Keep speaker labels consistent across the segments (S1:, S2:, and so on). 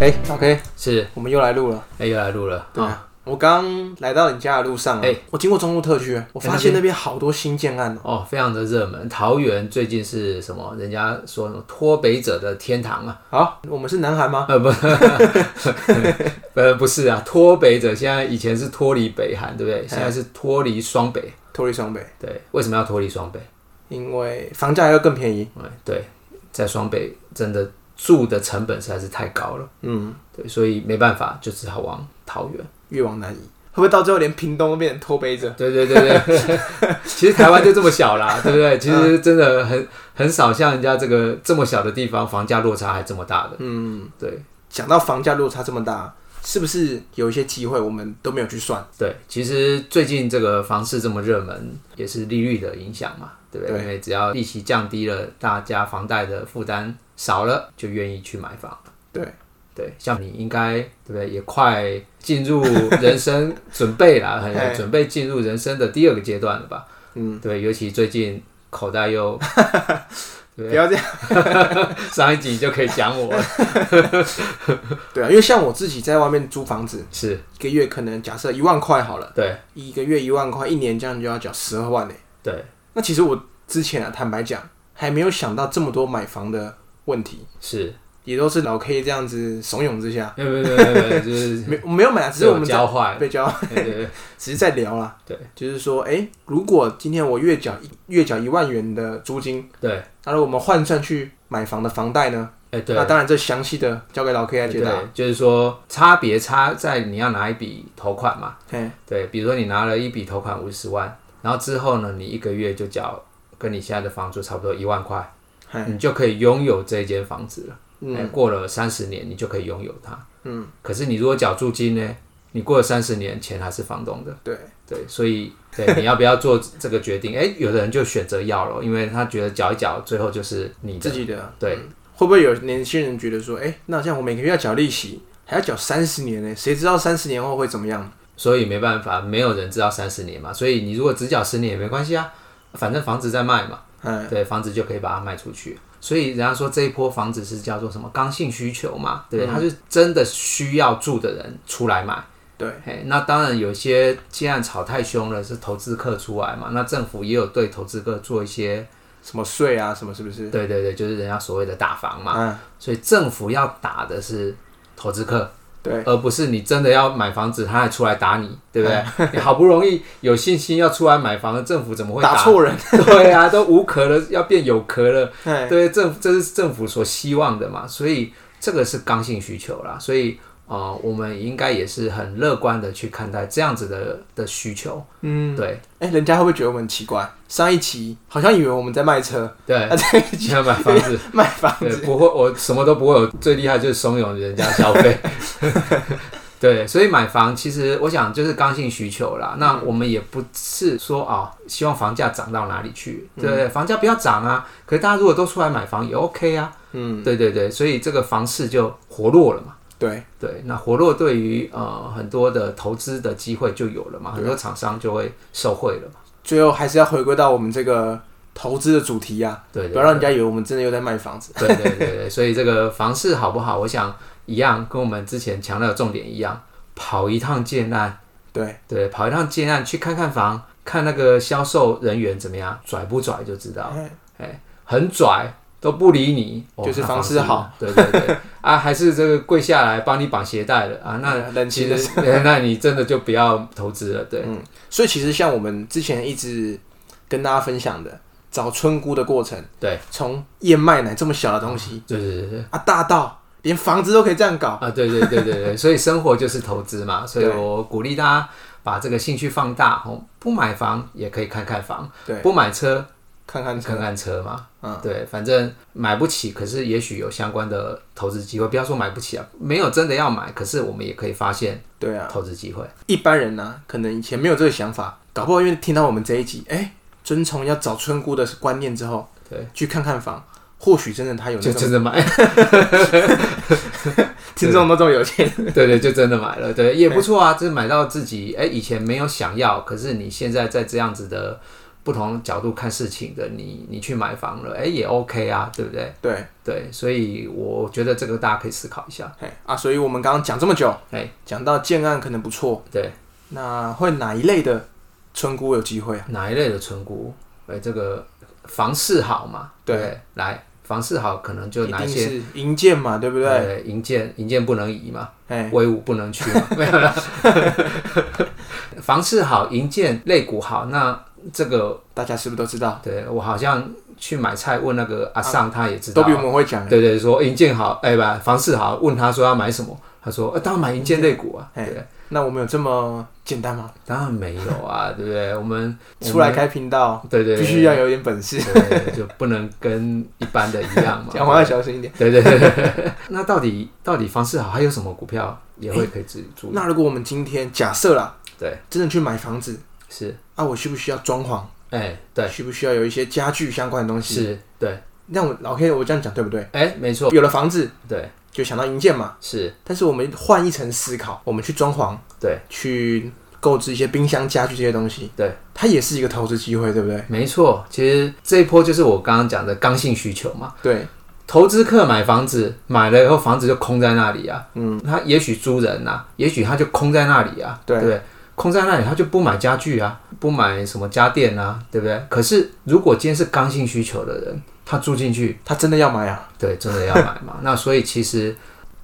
S1: 哎、o k
S2: 是，
S1: 我们又来录了。
S2: 哎、又来录了
S1: 对，
S2: 啊！
S1: 我刚来到你家的路上、啊，哎、
S2: 哎
S1: 我经过中路特区，我发现
S2: 哎那边
S1: 那边好多新建案哦、
S2: 哦，非常的热门。桃园最近是什么？人家说什么脱北者的天堂啊？
S1: 好，我们是南韩吗？
S2: 呃，不， 呃，不是啊，脱北者现在以前是脱离北韩，对不对？现在是脱离双北。
S1: 脱离双北，
S2: 对，为什么要脱离双北？
S1: 因为房价要更便宜。
S2: 嗯，对，在双北真的住的成本实在是太高了，
S1: 嗯，
S2: 对，所以没办法，就只好往桃园。
S1: 越往南移，会不会到最后连屏东都变成脱北者？
S2: 对对对对， 其实台湾就这么小啦，对不
S1: 嗯
S2: 对？其实真的很很少像人家这个这么小的地方，房价落差还这么大的。嗯，对
S1: 讲到房价落差这么大，是不是有一些机会我们都没有去算？
S2: 对，其实最近这个房市这么热门，也是利率的影响嘛，对不对？
S1: 对
S2: 因为只要利息降低了，大家房贷的负担少了，就愿意去买房。
S1: 对，
S2: 对，像你应该对不对？也快进入人生准 备啦，
S1: 哎
S2: 很准备进入人生的第二个阶段了吧？
S1: 嗯，
S2: 对，尤其最近口袋又对
S1: 不要这样。
S2: 上一集你就可以讲 我了
S1: 对啊，因为像我自己在外面租房子，
S2: 是
S1: 一个月可能假设一万块好了，
S2: 对
S1: 一个月一万块，一年这样就要缴十二万嘞、欸
S2: 对
S1: 那其实我之前啊，坦白讲，还没有想到这么多买房的问题，
S2: 是，
S1: 也都是老 K 这样子怂恿之下，
S2: 没有没有没有没有，就是
S1: 没我没有买啊啊，只是我
S2: 有
S1: 们在
S2: 教坏，
S1: 被教，
S2: 对对对
S1: 只是在聊啦。
S2: 对，
S1: 就是说，哎、如果今天我月缴月缴一万元的租金，
S2: 对，
S1: 那如果我们换算去买房的房贷呢？
S2: 哎对
S1: 那。当然这详细的交给老 K 来解答。
S2: 对，就是说差别差在你要拿一笔头款嘛，
S1: 嘿，
S2: 对，比如说你拿了一笔头款五十万，然后之后呢，你一个月就缴跟你现在的房租差不多一万块，
S1: 嘿，
S2: 你就可以拥有这间房子了。哎
S1: 嗯，
S2: 过了三十年，你就可以拥有它。
S1: 嗯，
S2: 可是你如果缴租金呢？你过了三十年，钱还是房东的。
S1: 对，
S2: 对，所以对你要不要做这个决定？ 哎、有的人就选择要了，因为他觉得缴一缴，最后就是你
S1: 自
S2: 的。
S1: 己的啊嗯
S2: 对
S1: 会不会有年轻人觉得说，哎、那这样我每个月要缴利息，还要缴三十年呢？谁知道三十年后会怎么样？
S2: 所以没办法，没有人知道三十年嘛。所以你如果只缴十年也没关系啊，反正房子在卖嘛，
S1: 嗯，
S2: 对，房子就可以把它卖出去。所以人家说这一波房子是叫做什么刚性需求嘛，对，
S1: 嗯
S2: 他是真的需要住的人出来买。
S1: 对，
S2: 嘿，那当然有些既然炒太凶了，是投资客出来嘛，那政府也有对投资客做一些，
S1: 什么税啊，什么是不是？
S2: 对对对，就是人家所谓的打房嘛，
S1: 嗯，
S2: 所以政府要打的是投资客，
S1: 对，
S2: 而不是你真的要买房子，他还出来打你，对不对？ 你好不容易有信心要出来买房，政府怎么会
S1: 打
S2: 打？
S1: 错人，
S2: 对啊，都无壳了，要变有壳了，
S1: 哎，
S2: 对，政府这是政府所希望的嘛，所以这个是刚性需求啦，所以啊、呃我们应该也是很乐观的去看待这样子的的需求，
S1: 嗯，
S2: 对
S1: 哎、人家会不会觉得我们很奇怪？上一期好像以为我们在卖车，
S2: 对
S1: 啊，，这一
S2: 你
S1: 期
S2: 要买房子，
S1: 卖房
S2: 对，
S1: 子，
S2: 不会，我什么都不会，我最厉害就是怂恿人家消费。 对，所以买房其实我想就是刚性需求啦。
S1: 嗯
S2: 那我们也不是说啊、希望房价涨到哪里去，
S1: 嗯
S2: 对不对？房价不要涨啊。可是大家如果都出来买房也 OK 啊。
S1: 嗯，
S2: 对对对，所以这个房市就活络了嘛。
S1: 对，
S2: 对，那活络对于呃很多的投资的机会就有了
S1: 啊
S2: 嘛，很多厂商就会受惠了嘛。
S1: 最后还是要回归到我们这个投资的主题啊，
S2: 对对
S1: 不要让人家以为我们真的又在卖房子。
S2: 对对对对，所以这个房市好不好，我想一样，跟我们之前强调的重点一样，跑一趟建案，
S1: 对，
S2: 对，跑一趟建案去看看房，看那个销售人员怎么样，拽不拽就知道，哎，很拽。都不理你， 哦
S1: 就是
S2: 那
S1: 房
S2: 房
S1: 市好，
S2: 对对对，啊，还是这个跪下来帮你绑鞋带了啊，那
S1: 冷
S2: 其
S1: 清的
S2: 实那你真的就不要投资了，对，
S1: 嗯所以其实像我们之前一直跟大家分享的，找村姑的过程，
S2: 对，嗯
S1: 从燕麦奶这么小的东西
S2: 对对对对
S1: 啊，大到连房子都可以这样搞，
S2: 啊，对对对对对，所以生活就是投资嘛，所以
S1: 对
S2: 我鼓励大家把这个兴趣放大哦，不买房也可以看看房，
S1: 对，
S2: 不买车
S1: 看看
S2: 看看车嘛，
S1: 嗯，
S2: 对，反正买不起，可是也许有相关的投资机会，不要说买不起啊，没有真的要买，可是我们也可以发现
S1: 对啊，
S2: 投资机会，
S1: 一般人呢、可能以前没有这个想法，搞不好因为听到我们这一集，哎、遵从要找村姑的观念之后，
S2: 对，
S1: 去看看房，或许真的他有
S2: 就
S1: 那种
S2: 真的买，
S1: 听众都这么有钱，
S2: 对对，就真的买了，对，也不错啊，就是买到自己哎、以前没有想要，可是你现在在这样子的不同角度看事情的你，你去买房了，哎、也 OK 啊，对不对？
S1: 对，
S2: 对，所以我觉得这个大家可以思考一下，
S1: 嘿啊，所以我们刚刚讲这么久，
S2: 哎，
S1: 讲到建案可能不错，
S2: 对，
S1: 那会哪一类的村姑有机会啊？
S2: 哪一类的存股？哎、这个房市好嘛，
S1: 对
S2: 不来房市好可能就
S1: 一
S2: 拿
S1: 定
S2: 些。嗯
S1: 是银建嘛，对不对？
S2: 对？银建银建不能移嘛，
S1: 哎，
S2: 威武不能屈 嘛，没有啦。房市好，银建肋骨好，那这个
S1: 大家是不是都知道？
S2: 对我好像去买菜问那个阿尚，他也知
S1: 啊
S2: 道啊
S1: 都比。我们会讲。
S2: 对对，说银建好，哎、吧，房市好，问他说要买什么，他说、呃、当然买银建肋骨啊，
S1: 哎
S2: 对，
S1: 那我们有这么简单吗？
S2: 当然没有啊，对不对？我们
S1: 出来，开频道，
S2: 我们对对
S1: 必
S2: 对，
S1: 须要有点本事，
S2: 对，就不能跟一般的一样嘛。
S1: 讲话要小心一点。
S2: 对对对对，那到底到底房市好，还有什么股票也会可以注注意？
S1: 那如果我们今天假设啦，
S2: 对，
S1: 真的去买房子
S2: 是，
S1: 啊，我需不需要装潢？
S2: 哎、对。
S1: 需不需要有一些家具相关的东西？
S2: 是，对，
S1: 那我 OK，我这样讲对不对？
S2: 哎、没错，
S1: 有了房子
S2: 对，
S1: 就想到营建嘛，
S2: 是，
S1: 但是我们换一层思考，我们去装潢，
S2: 对，
S1: 去购置一些冰箱、家具这些东西，
S2: 对，
S1: 它也是一个投资机会，对不对？
S2: 没错。其实这一波就是我刚刚讲的刚性需求嘛，
S1: 对，
S2: 投资客买房子，买了以后房子就空在那里啊，
S1: 嗯，
S2: 他也许租人呐、也许他就空在那里啊，
S1: 对
S2: 不对？空在那里，他就不买家具啊，不买什么家电啊，对不对？可是如果今天是刚性需求的人，他住进去，
S1: 他真的要买啊，
S2: 对，真的要买嘛？ 那所以其实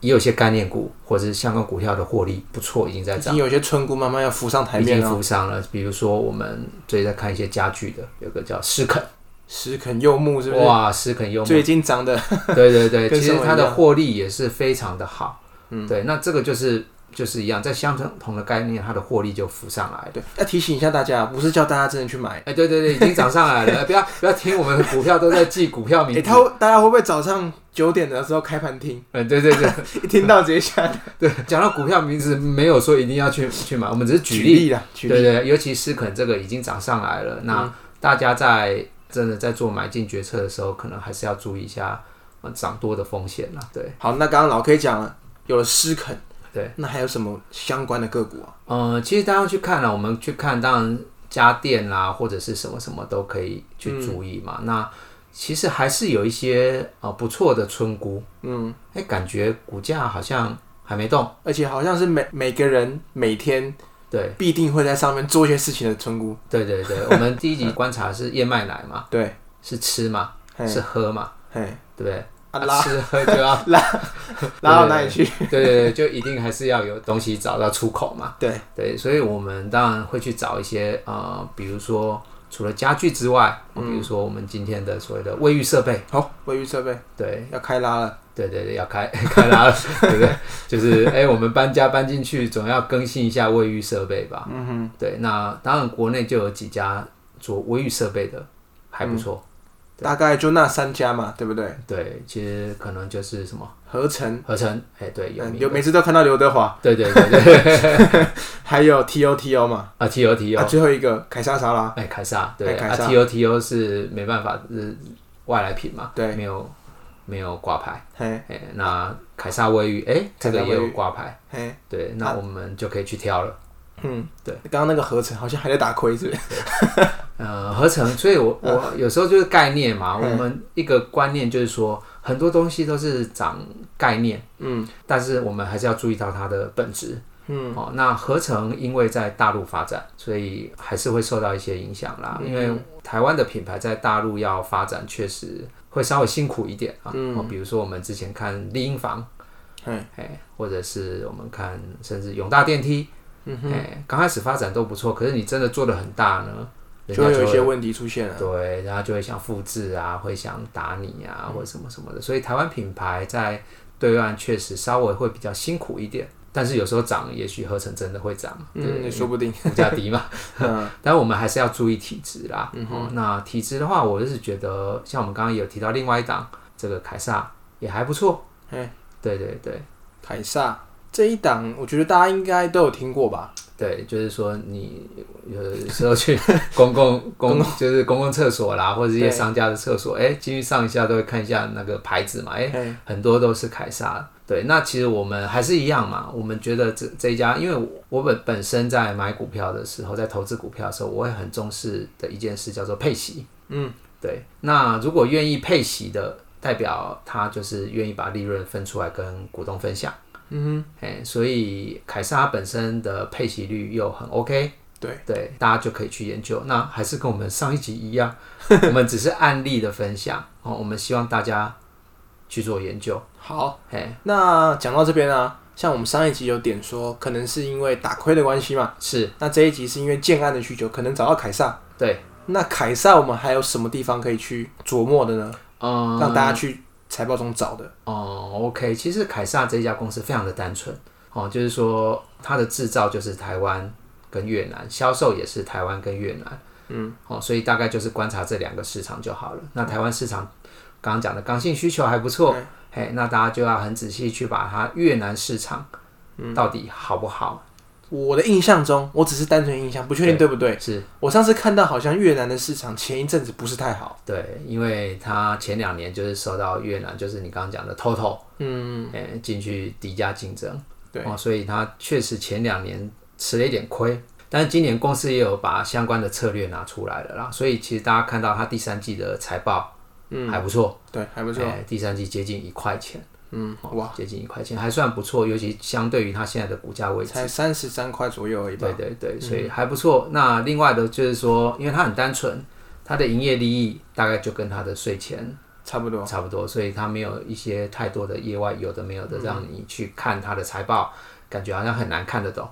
S2: 也有些概念股或者是相关股票的获利不错，已经在
S1: 已
S2: 涨。
S1: 经有一些村姑慢慢要浮上台
S2: 已
S1: 面
S2: 经
S1: 了，
S2: 浮上了。比如说，我们最近在看一些家具的，有个叫施肯，
S1: 石肯柚木是不是？
S2: 哇，施肯幽默，
S1: 最近涨的，
S2: 对对 对，
S1: 跟
S2: 其
S1: 什
S2: 实
S1: 么
S2: 它
S1: 一
S2: 的
S1: 样
S2: 获利也是非常的好。嗯，对，那这个就是就是一样，在相同的概念，它的获利就浮上来了。
S1: 对，要提醒一下大家，不是叫大家真的去买，
S2: 哎，对对对，已经涨上来了，哎不要不要听我们的股票都在记股票名
S1: 哎、
S2: 字。
S1: 他会大家会不会早上九点的时候开盘 听，
S2: 嗯，对对对
S1: 一听到直接下单？
S2: 对，讲到股票名字，没有说一定要去去买，我们只是举例
S1: 啦，举
S2: 对
S1: 例，嗯
S2: 对，尤其是可能这个已经涨上来了，那大家在真的在做买进决策的时候，可能还是要注意一下呃涨多的风险啦。对，
S1: 好，那刚刚老 K 讲了，有了施肯，
S2: 对，
S1: 那还有什么相关的个股啊？
S2: 呃，其实大家去看了、我们去看，当然家电啦、或者是什么什么都可以去注意
S1: 嗯
S2: 嘛。那其实还是有一些呃不错的村姑，
S1: 嗯，
S2: 哎，感觉股价好像还没动。
S1: 而且好像是每每个人每天
S2: 对
S1: 必定会在上面做一些事情的村姑，
S2: 对对 对，我们第一集观察是燕麦奶嘛，
S1: 对，
S2: 是吃嘛，
S1: 嘿，
S2: 是喝嘛，
S1: 嘿，
S2: 对不对？
S1: 啊
S2: 啊
S1: 哎拉
S2: 吃喝就要
S1: 拉到哪里去？
S2: 对对对，就一定还是要有东西找到出口嘛。
S1: 对
S2: 对，所以我们当然会去找一些呃，比如说除了家具之外，比
S1: 嗯
S2: 如说我们今天的所谓的卫浴设备，
S1: 好，卫浴设备
S2: 对
S1: 要开拉了，
S2: 对对对，要开开拉了，对不对？就是哎、我们搬家搬进去，总要更新一下卫浴设备吧。
S1: 嗯哼，
S2: 对，那当然国内就有几家做卫浴设备的，还
S1: 嗯
S2: 不错。
S1: 大概就那三家嘛，对不对？
S2: 对，其实可能就是什么
S1: 合成，
S2: 合成，哎、对，有
S1: 嗯，
S2: 名
S1: 有
S2: 的，
S1: 每次都看到刘德华，
S2: 对对对对，
S1: 还有 T O T O 嘛，
S2: 啊，T O T O
S1: 啊，。最后一个凯撒沙拉，
S2: 哎，凯撒对，
S1: 哎凯
S2: 啊
S1: 撒
S2: ，T O T O 是没办法，是外来品嘛，
S1: 对
S2: 没有没有挂牌。
S1: 嘿，
S2: 哎，那凯撒卫浴，哎，
S1: 凯
S2: 这
S1: 撒
S2: 个也
S1: 卫
S2: 有
S1: 浴
S2: 挂牌，
S1: 嘿，
S2: 对，那我们就可以去挑了。
S1: 嗯，
S2: 对，
S1: 刚刚那个合成好像还在打亏，是不是？
S2: 呃，合成，所以 我我有时候就是概念嘛，我
S1: 嗯
S2: 们一个观念就是说，很多东西都是长概念，
S1: 嗯
S2: 但是我们还是要注意到它的本质。
S1: 嗯，
S2: 哦，那合成因为在大陆发展，所以还是会受到一些影响啦。
S1: 嗯
S2: 因为台湾的品牌在大陆要发展，确实会稍微辛苦一点啊。
S1: 嗯
S2: 哦，比如说我们之前看丽婴房，
S1: 嘿，
S2: 哎，或者是我们看甚至永大电梯，
S1: 嗯哼，
S2: 哎，刚开始发展都不错，可是你真的做的很大呢，人
S1: 就
S2: 家
S1: 会有一
S2: 会
S1: 些问题出现了，
S2: 对，然后就会想复制啊，会想打你
S1: 嗯
S2: 啊，或者什么什么的。所以台湾品牌在对岸确实稍微会比较辛苦一点，但是有时候涨，也许合成真的会涨，
S1: 嗯，
S2: 对，
S1: 也说不定，
S2: 股价低嘛。
S1: 嗯，
S2: 但我们还是要注意体质啦。哦，那体质的话，我是觉得像我们刚刚有提到另外一档这个凯撒也还不错。
S1: 嗯，
S2: 对对对
S1: 凯撒这一档，我觉得大家应该都有听过吧？
S2: 对，就是说你有时候去公共公就是公共厕所啦，或者是一些
S1: 对
S2: 商家的厕所，哎，进去上一下都会看一下那个牌子嘛，哎，
S1: 哎，
S2: 很多都是凯撒。对，那其实我们还是一样嘛，我们觉得这这一家，因为我本本身在买股票的时候，在投资股票的时候，我会很重视的一件事叫做配息。
S1: 嗯，
S2: 对，那如果愿意配息的，代表他就是愿意把利润分出来跟股东分享。
S1: 嗯
S2: 哎，所以凯撒本身的配息率又很 OK，
S1: 哼，对，
S2: 对，大家就可以去研究。那还是跟我们上一集一 样，我们只是案例的分享哦，我们希望大家去做研究。
S1: 好。
S2: 哎，
S1: 那讲到这边啊，像我们上一集有点说，可能是因为打亏的关系嘛，
S2: 是
S1: 那这一集是因为建案的需求，可能找到凯撒。
S2: 对，
S1: 那凯撒我们还有什么地方可以去琢磨的呢？
S2: 嗯，
S1: 让大家去财报中找的。
S2: 哦、o k 其实凯撒这家公司非常的单纯哦，就是说它的制造就是台湾跟越南，销售也是台湾跟越南，嗯，哦，所以大概就是观察这两个市场就好了。那台湾市场刚刚讲的刚性需求还不错，嘿，那大家就要很仔细去把它越南市场
S1: 嗯
S2: 到底好不好，
S1: 我的印象中，我只是单纯印象，不确定对不对。
S2: 是
S1: 我上次看到好像越南的市场前一阵子不是太好，
S2: 对，因为它前两年就是受到越南，就是你刚刚讲的 Total。
S1: 嗯，
S2: 呃进去低价竞争，
S1: 对
S2: 哦，所以他确实前两年吃了一点亏，但是今年公司也有把相关的策略拿出来了啦，所以其实大家看到他第三季的财报，嗯，还不错，
S1: 对，还不错。
S2: 哎第三季接近一块钱，
S1: 嗯，
S2: 哦
S1: 哇，
S2: 接近一块钱还算不错，尤其相对于它现在的股价位置。
S1: 才三十三块左右而已吧。
S2: 对对
S1: 嗯
S2: 对，所以还不错。那另外的就是说，因为它很单纯，它的营业利益大概就跟它的税前
S1: 差不多。
S2: 差不多，所以它没有一些太多的业外有的没有的，让你去看它的财报，感觉好像很难看得懂。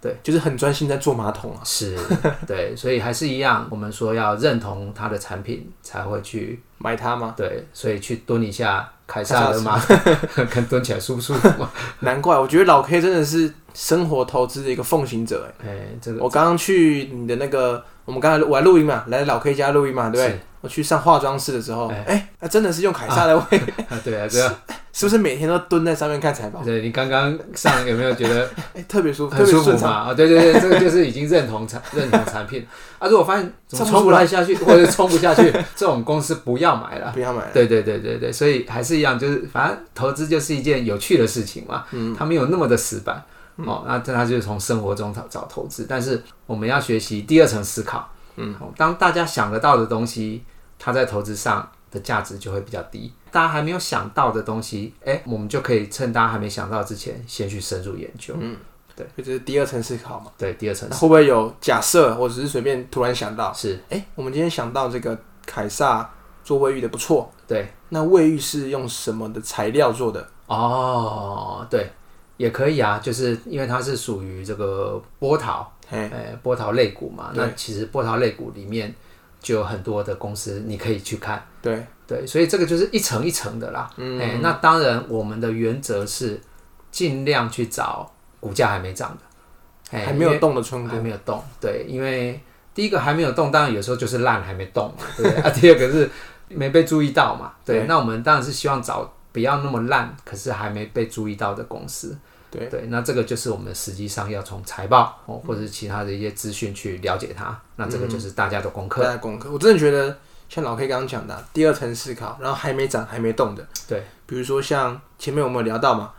S1: 对，就是很专心在做马桶。啊
S2: 是， 对，所以还是一样，我们说要认同它的产品才会去
S1: 买它吗？
S2: 对，所以去蹲一下凯
S1: 凯
S2: 撒的马 桶，看蹲起来舒不舒 服。
S1: 难怪，我觉得老 K 真的是生活投资的一个奉行者。
S2: 哎，这个
S1: 我刚刚去你的那个，我们刚才我来录音嘛，来老 K 家录音嘛，对不对？我去上化妆室的时候，哎、啊真的是用凯撒的味，
S2: 啊对啊，对啊，
S1: 是不是每天都蹲在上面看财报？
S2: 对你刚刚上有没有觉得
S1: 哎、特别舒服，特
S2: 很
S1: 别
S2: 舒服
S1: 顺
S2: 嘛？
S1: 畅。
S2: 啊，对对对，这个就是已经认同产 认同产品啊。如果发现怎么
S1: 冲不
S2: 冲
S1: 出
S2: 不
S1: 来
S2: 太下去，或者冲不下去，这种公司不要买了。
S1: 不要买了，
S2: 对对对对对，所以还是一样，就是反正投资就是一件有趣的事情嘛，嗯，它没有那么的死板，哦，那他就是从生活中找找投资，但是我们要学习第二层思考，嗯、当大家想得到的东西，它在投资上的价值就会比较低，大家还没有想到的东西，哎、我们就可以趁大家还没想到之前，先去深入研究，
S1: 对，这是第二层思考嘛。
S2: 对，第二层
S1: 那会不会有假设？我只是随便突然想到，
S2: 是
S1: 哎、我们今天想到这个凯撒做卫浴的不错，
S2: 对，
S1: 那卫浴是用什么的材料做的？
S2: 哦，对，也可以啊，就是因为它是属于这个波涛。
S1: 哎、
S2: 呃波涛类股嘛，
S1: 对
S2: 那其实波涛类股里面就有很多的公司你可以去看，
S1: 对，
S2: 对，所以这个就是一层一层的啦。
S1: 嗯
S2: 哎那当然我们的原则是尽量去找股价还没涨的，哎，
S1: 还没有动的村
S2: 因为
S1: 姑
S2: 还，没有动，对，因为第一个还没有动，当然有时候就是烂还没动嘛，对不 对？啊，第二个是没被注意到嘛，对，
S1: 对
S2: 那我们当然是希望找不要那么烂，可是还没被注意到的公司。
S1: 对，
S2: 那这个就是我们实际上要从财报哦，或者是其他的一些资讯去了解它。那这个就是大家的功课。
S1: 大家功课。我真的觉得像老 K 刚刚讲的啊、第二层思考，然后还没涨还没动的，
S2: 对，
S1: 比如说像前面我们有聊到嘛，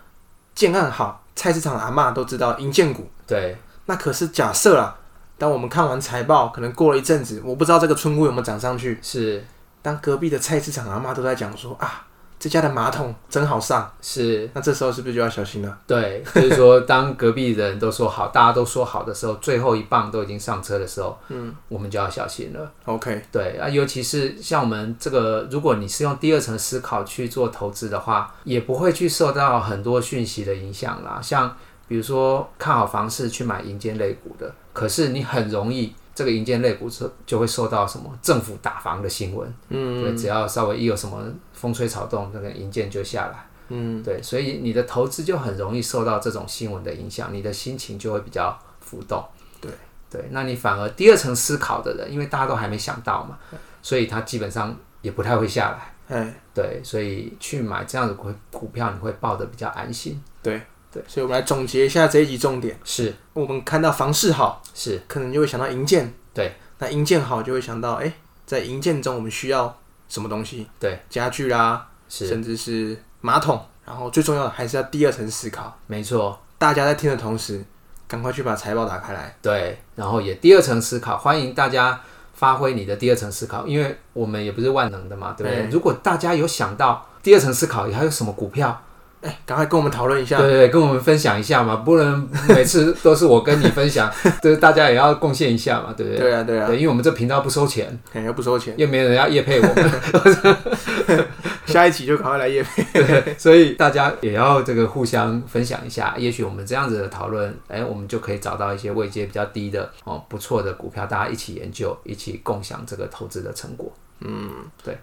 S1: 建案好，菜市场的阿嬷都知道银建股，
S2: 对，
S1: 那可是假设啦，当我们看完财报，可能过了一阵子，我不知道这个村姑有没有涨上去，
S2: 是
S1: 当隔壁的菜市场阿嬷都在讲说啊，这家的马桶真好上，
S2: 是，
S1: 那这时候是不是就要小心了？
S2: 对，就是说，当隔壁人都说好，大家都说好的时候，最后一棒都已经上车的时候，嗯，我们就要小心了。
S1: OK，
S2: 对啊，尤其是像我们这个，如果你是用第二层思考去做投资的话，也不会去受到很多讯息的影响啦。像比如说看好房市去买银建类股的，可是你很容易这个银建类股就就会受到什么政府打房的新闻，
S1: 嗯
S2: 对，只要稍微一有什么风吹草动，那个银建就下来。
S1: 嗯，
S2: 对，所以你的投资就很容易受到这种新闻的影响，你的心情就会比较浮动。
S1: 对
S2: 对，那你反而第二层思考的人，因为大家都还没想到嘛，所以他基本上也不太会下来。
S1: 哎，
S2: 对，所以去买这样的股股票，你会抱得比较安心。
S1: 对，
S2: 对，
S1: 所以我们来总结一下这一集重点。
S2: 是
S1: 我们看到房市好，
S2: 是，
S1: 可能就会想到营建，
S2: 对，
S1: 那营建好就会想到，哎、在营建中我们需要什么东西？
S2: 对，
S1: 家具啦，
S2: 是
S1: 甚至是马桶。然后最重要的还是要第二层思考。
S2: 没错，
S1: 大家在听的同时，赶快去把财报打开来。
S2: 对。然后也第二层思考，欢迎大家发挥你的第二层思考，因为我们也不是万能的嘛，对不对？
S1: 嗯
S2: 如果大家有想到第二层思考，还有什么股票？
S1: 哎、赶快跟我们讨论一
S2: 对
S1: 下。
S2: 对对，跟我们分享一下嘛，不能每次都是我跟你分 享，就是大家也要贡献一下嘛，对不对？
S1: 对啊，对啊，
S2: 对，因为我们这频道不收钱，
S1: 可能又不收钱，
S2: 又没人要业配我 们，
S1: 下一集就赶快来夜
S2: 对，所以大家也要这个互相分享一下。也许我们这样子的讨论，哎，我们就可以找到一些位阶比较低的哦，不错的股票，大家一起研究，一起共享这个投资的成果。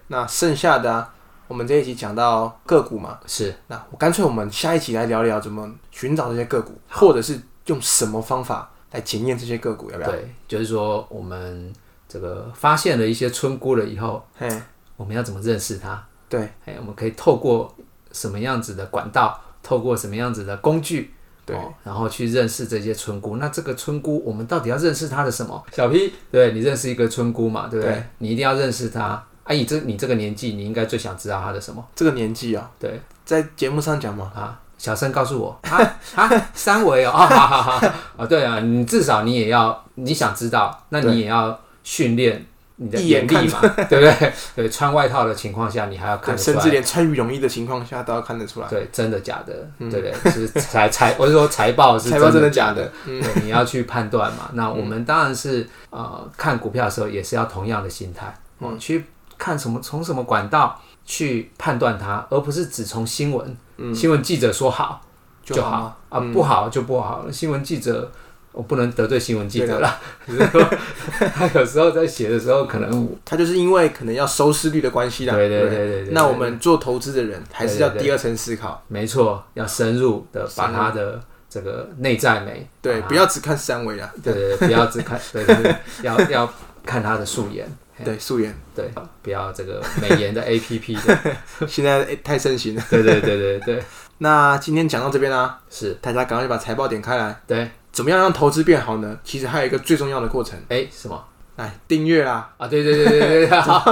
S1: 那剩下的、啊，我们这一集讲到个股嘛，
S2: 是
S1: 那我干脆我们下一集来聊聊怎么寻找这些个股，或者是用什么方法来检验这些个股，要不要？
S2: 对，就是说我们这个发现了一些村姑了以后，
S1: 嘿，
S2: 我们要怎么认识它？
S1: 对
S2: 哎，我们可以透过什么样子的管道，透过什么样子的工具，
S1: 对
S2: 哦然后去认识这些村姑。那这个村姑，我们到底要认识她的什么？小 P，对你认识一个村姑嘛，对不对？
S1: 对
S2: 你一定要认识她。哎、你这你这个年纪，你应该最想知道她的什么？
S1: 这个年纪啊、
S2: 对
S1: 在节目上讲嘛，
S2: 啊，小生告诉我啊啊，三维哦啊，好好好啊，对啊，你至少你也要你想知道，那你也要训练。你的
S1: 一眼
S2: 眼力嘛，对不对？ 对，穿外套的情况下，你还要看
S1: 对，
S2: 得出来，
S1: 甚至连穿羽绒衣的情况下都要看得出来，
S2: 对，真的假的，对不对？是财财，我是说财报
S1: 嗯
S2: 是
S1: 财报真的假
S2: 假
S1: 的， 嗯
S2: 对，你要去判断嘛。那我们当然是呃看股票的时候也是要同样的心态，嗯，去看什么从什么管道去判断它，而不是只从新闻，
S1: 嗯
S2: 新闻记者说好
S1: 就好嗯
S2: 好
S1: 嘛。
S2: 啊，不好就不好，新闻记者。我不能得罪新闻记者啦，只是说 他有时候在写的时候可能
S1: 它就是因为可能要收视率的关系啦，
S2: 对
S1: 对
S2: 对
S1: 不
S2: 对对对
S1: 那我们做投资的人还是要
S2: 对对对
S1: 第二层思考，
S2: 没错，要深入的把他的这个内在美，
S1: 对，
S2: 把它
S1: 不要只看三维啊，
S2: 对对，对，不要只看， 对对对，要要看他的素颜，
S1: 对，素 颜
S2: 对，不要这个美颜的 A P P 的，
S1: 现在诶太盛行了。
S2: 对对对对对，
S1: 那今天讲到这边啊啦、
S2: 是，
S1: 大家赶快去把财报点开来。
S2: 对，
S1: 怎么样让投资变好呢？其实还有一个最重要的过程，
S2: 哎，什么
S1: 来订阅啦，
S2: 啊？对对对对对对，好，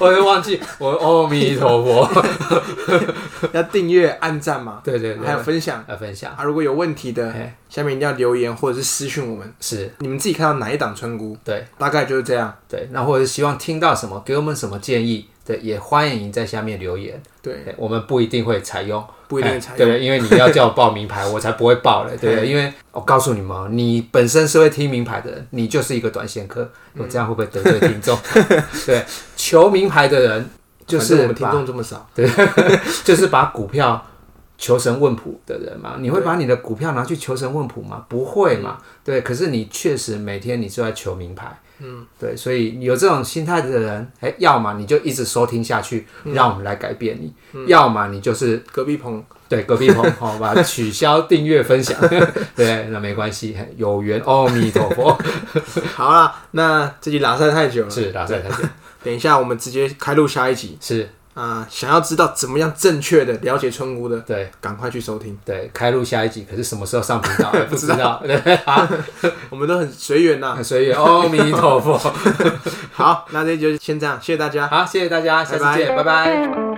S2: 我我忘记，我阿弥 陀佛，
S1: 要订阅、按赞嘛，
S2: 对对对，
S1: 还有分享
S2: 要分享，
S1: 啊。如果有问题的，
S2: 哎，
S1: 下面一定要留言或者是私讯我们。
S2: 是
S1: 你们自己看到哪一档村姑，
S2: 对
S1: 大概就是这样。
S2: 对，那或者是希望听到什么，给我们什么建议，对，也欢迎在下面留言，
S1: 对，
S2: 对我们不一定会采用。
S1: 嗯不一定嗯
S2: 哎
S1: 才
S2: 对，因为你要叫我报 名牌，我才不会报嘞，对不对？因为我告诉你们哦，你本身是会听名牌的人，你就是一个短线客，
S1: 嗯
S2: 我这样会不会得罪听众？ 对，求名牌的人就
S1: 反正我
S2: 是
S1: 们听
S2: 把
S1: 众这么少，
S2: 就是把股票求神问卜的人嘛，你会把你的股票拿去求神问卜吗？不会嘛，对。可是你确实每天你就在求名牌，嗯，对，所以有这种心态的人，哎，要么你就一直收听下去，让我们来改变你；要么你就是
S1: 隔壁棚
S2: 对，隔壁 棚好、把它取消订阅分享， 对，那没关系，有缘，阿弥陀佛，
S1: 好啦，那这集拉塞太久了，
S2: 是打算才
S1: 等一下我们直接开录下一集
S2: 是，
S1: 啊、想要知道怎么样正确的了解村姑的，
S2: 对
S1: 赶快去收听，
S2: 对，开录下一集，可是什么时候上频道哎不知道， 对，
S1: 我们都很随缘 呐。
S2: 所以阿弥陀佛，
S1: 好，那这集就先这样，谢谢大家。
S2: 好，谢谢大家，下次见，拜拜